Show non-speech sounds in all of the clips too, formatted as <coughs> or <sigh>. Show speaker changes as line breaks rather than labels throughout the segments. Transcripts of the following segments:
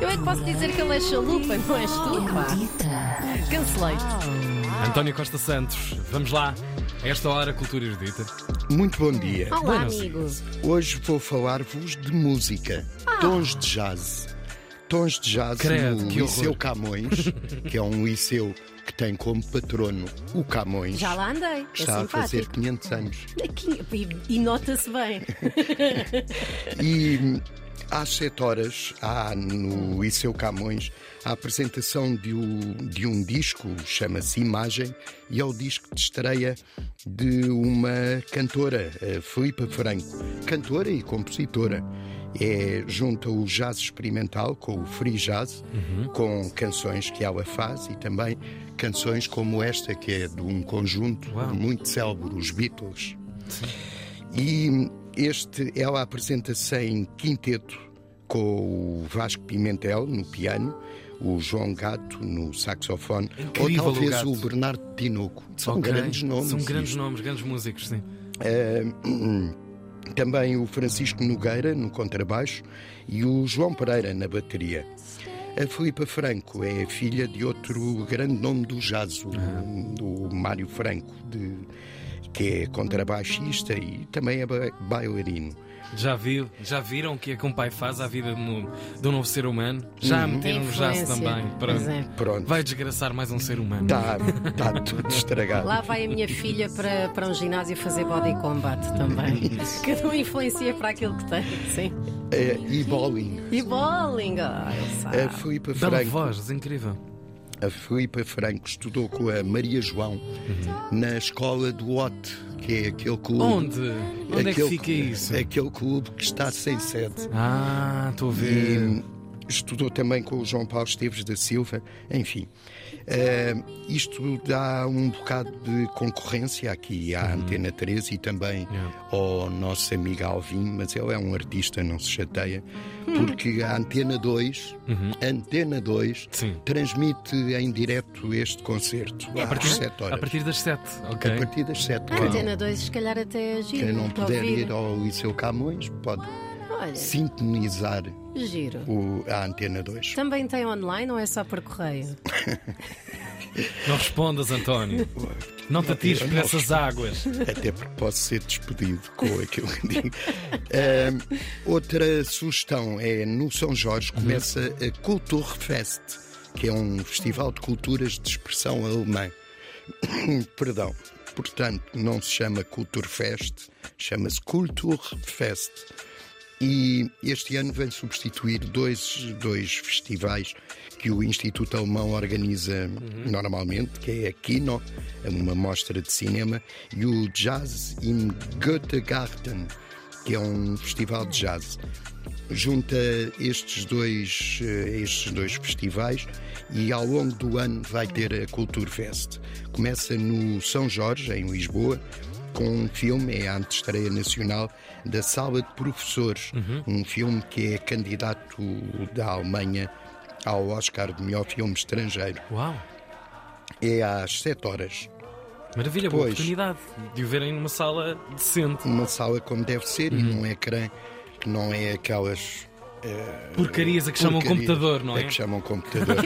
Eu é que posso dizer que ele é chalupa, não és tu, pá. Cancelei.
António Costa Santos, vamos lá. A esta hora, Cultura Erudita.
Muito bom dia.
Olá,
Buenos
amigo.
Hoje vou falar-vos de música,
Ah.
tons de jazz. Tons de jazz
Credo,
no
que horror.
<laughs>
Liceu Camões, que é um liceu que tem como patrono o Camões,
Já lá andei.
que
É
está a fazer
simpático.
500 anos.
Aqui- e e nota-se bem.
E às 7 horas há no Liceu Camões a apresentação de um, de um disco, chama-se Imagem, e é o disco de estreia de uma cantora, a Filipa Franco, cantora e compositora. É, junta o jazz experimental com o free jazz, com canções que ela faz e também canções como esta, que é de um conjunto
Uau.
muito célebre, os Beatles. E este, ela apresenta-se em quinteto com o Vasco Pimentel no piano, o João Gato no saxofone,
Incrível
ou
o
talvez
Gato.
o, Bernardo Tinoco. São
Ok.
grandes nomes.
São grandes nomes, grandes músicos, sim.
Também o Francisco Nogueira no contrabaixo e o João Pereira na bateria. A Filipa Franco é filha de outro grande nome do jazz, o, o Mário Franco, de- que é contrabaixista e também é ba- bailarino.
Já, viu, já viram o que é que um pai faz à vida de um, de um novo ser humano? Já meteram no jazz
Influência.
também.
Pois é.
Uhum. Pronto.
Vai desgraçar mais um ser humano.
Está tá tudo estragado.
Lá vai a minha filha para, para um ginásio fazer body combat também.
<laughs>
Cada um influencia para aquilo que tem, sim.
Eh, e bowling.
E bowling, ah, ele sabe.
A Filipa,
Dá-me
Franco,
voz, incrível.
a Filipa Franco estudou com a Maria João na escola do OT, que é aquele clube.
Onde? Onde é que
aquele-
fica isso?
Aquele clube que está sem sede.
Ah, estou a ver.
E estudou também com o João Paulo Esteves da Silva, enfim. Eh, isto dá um bocado de concorrência aqui à Antena 13 e também
Uhum. Yeah.
ao nosso amigo Alvin, mas ele é um artista, não se chateia,
Hum.
porque a Antena 2, Antena 2,
Uhum. Sim.
transmite em direto este concerto às
partir-
7
A
horas.
partir Ah, das 7,
A
ok.
partir das 7
A
quem-
Antena 2, se calhar até é giro.
Quem não
para
puder
ouvir.
ir ao Liceu Camões pode
Olha,
sintonizar
giro.
o- a Antena 2.
Também tem online ou é só por correio?
Não respondas, António. Não te atires por
Não
essas águas.
Até porque posso ser despedido com <laughs> aquilo que digo. Ahm, outra sugestão é no São Jorge começa a Kulturfest, que é um festival de culturas de expressão alemã. <coughs> Perdão. Portanto, não se chama Kulturfest, chama-se Kulturfest. E este ano vem substituir dois, dois festivais que o Instituto Alemão organiza normalmente, que é a Kino, uma mostra de cinema, e o Jazz in Göttergarten, que é um festival de jazz. Junta estes dois, eh, estes dois festivais e ao longo do ano vai ter a Culturfest. Começa no São Jorge, em Lisboa, com um filme, é a antestreia nacional da Sala de Professores,
Uhum.
um filme que é candidato da Alemanha ao Oscar de melhor filme estrangeiro.
Uau,
É às 7 horas,
maravilha, boa
Pois.
oportunidade de o verem numa sala decente.
uma sala como deve ser
Uhum.
e num ecrã que não é aquelas
Porcarias a que chamam
porcarias
computador, não
a
é?
que
<laughs>
chamam computador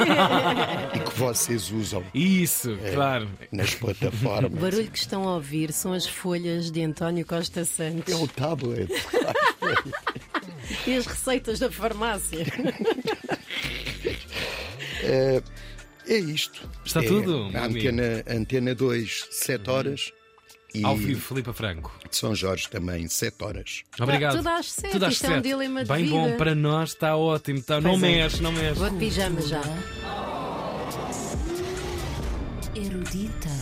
e que vocês usam
Isso,
É.
claro.
nas
O
<laughs> plataformas.
barulho que estão a ouvir são as folhas de António Costa Santos
É o tablet.
e as receitas da farmácia.
É isto.
Está
É
tudo, meu
a
amigo. Uhum.
Antena, antena 2, 7 horas. E
Ao vivo, Filipe Franco.
de São Jorge também, 7 horas.
Obrigado.
tudo às sete,
às
isto é um
sete.
dilema de
Bem
vida.
bom para nós, está ótimo. Está... Não
Pois é.
mexe, não mexe.
Vou de pijama já.
Erudita.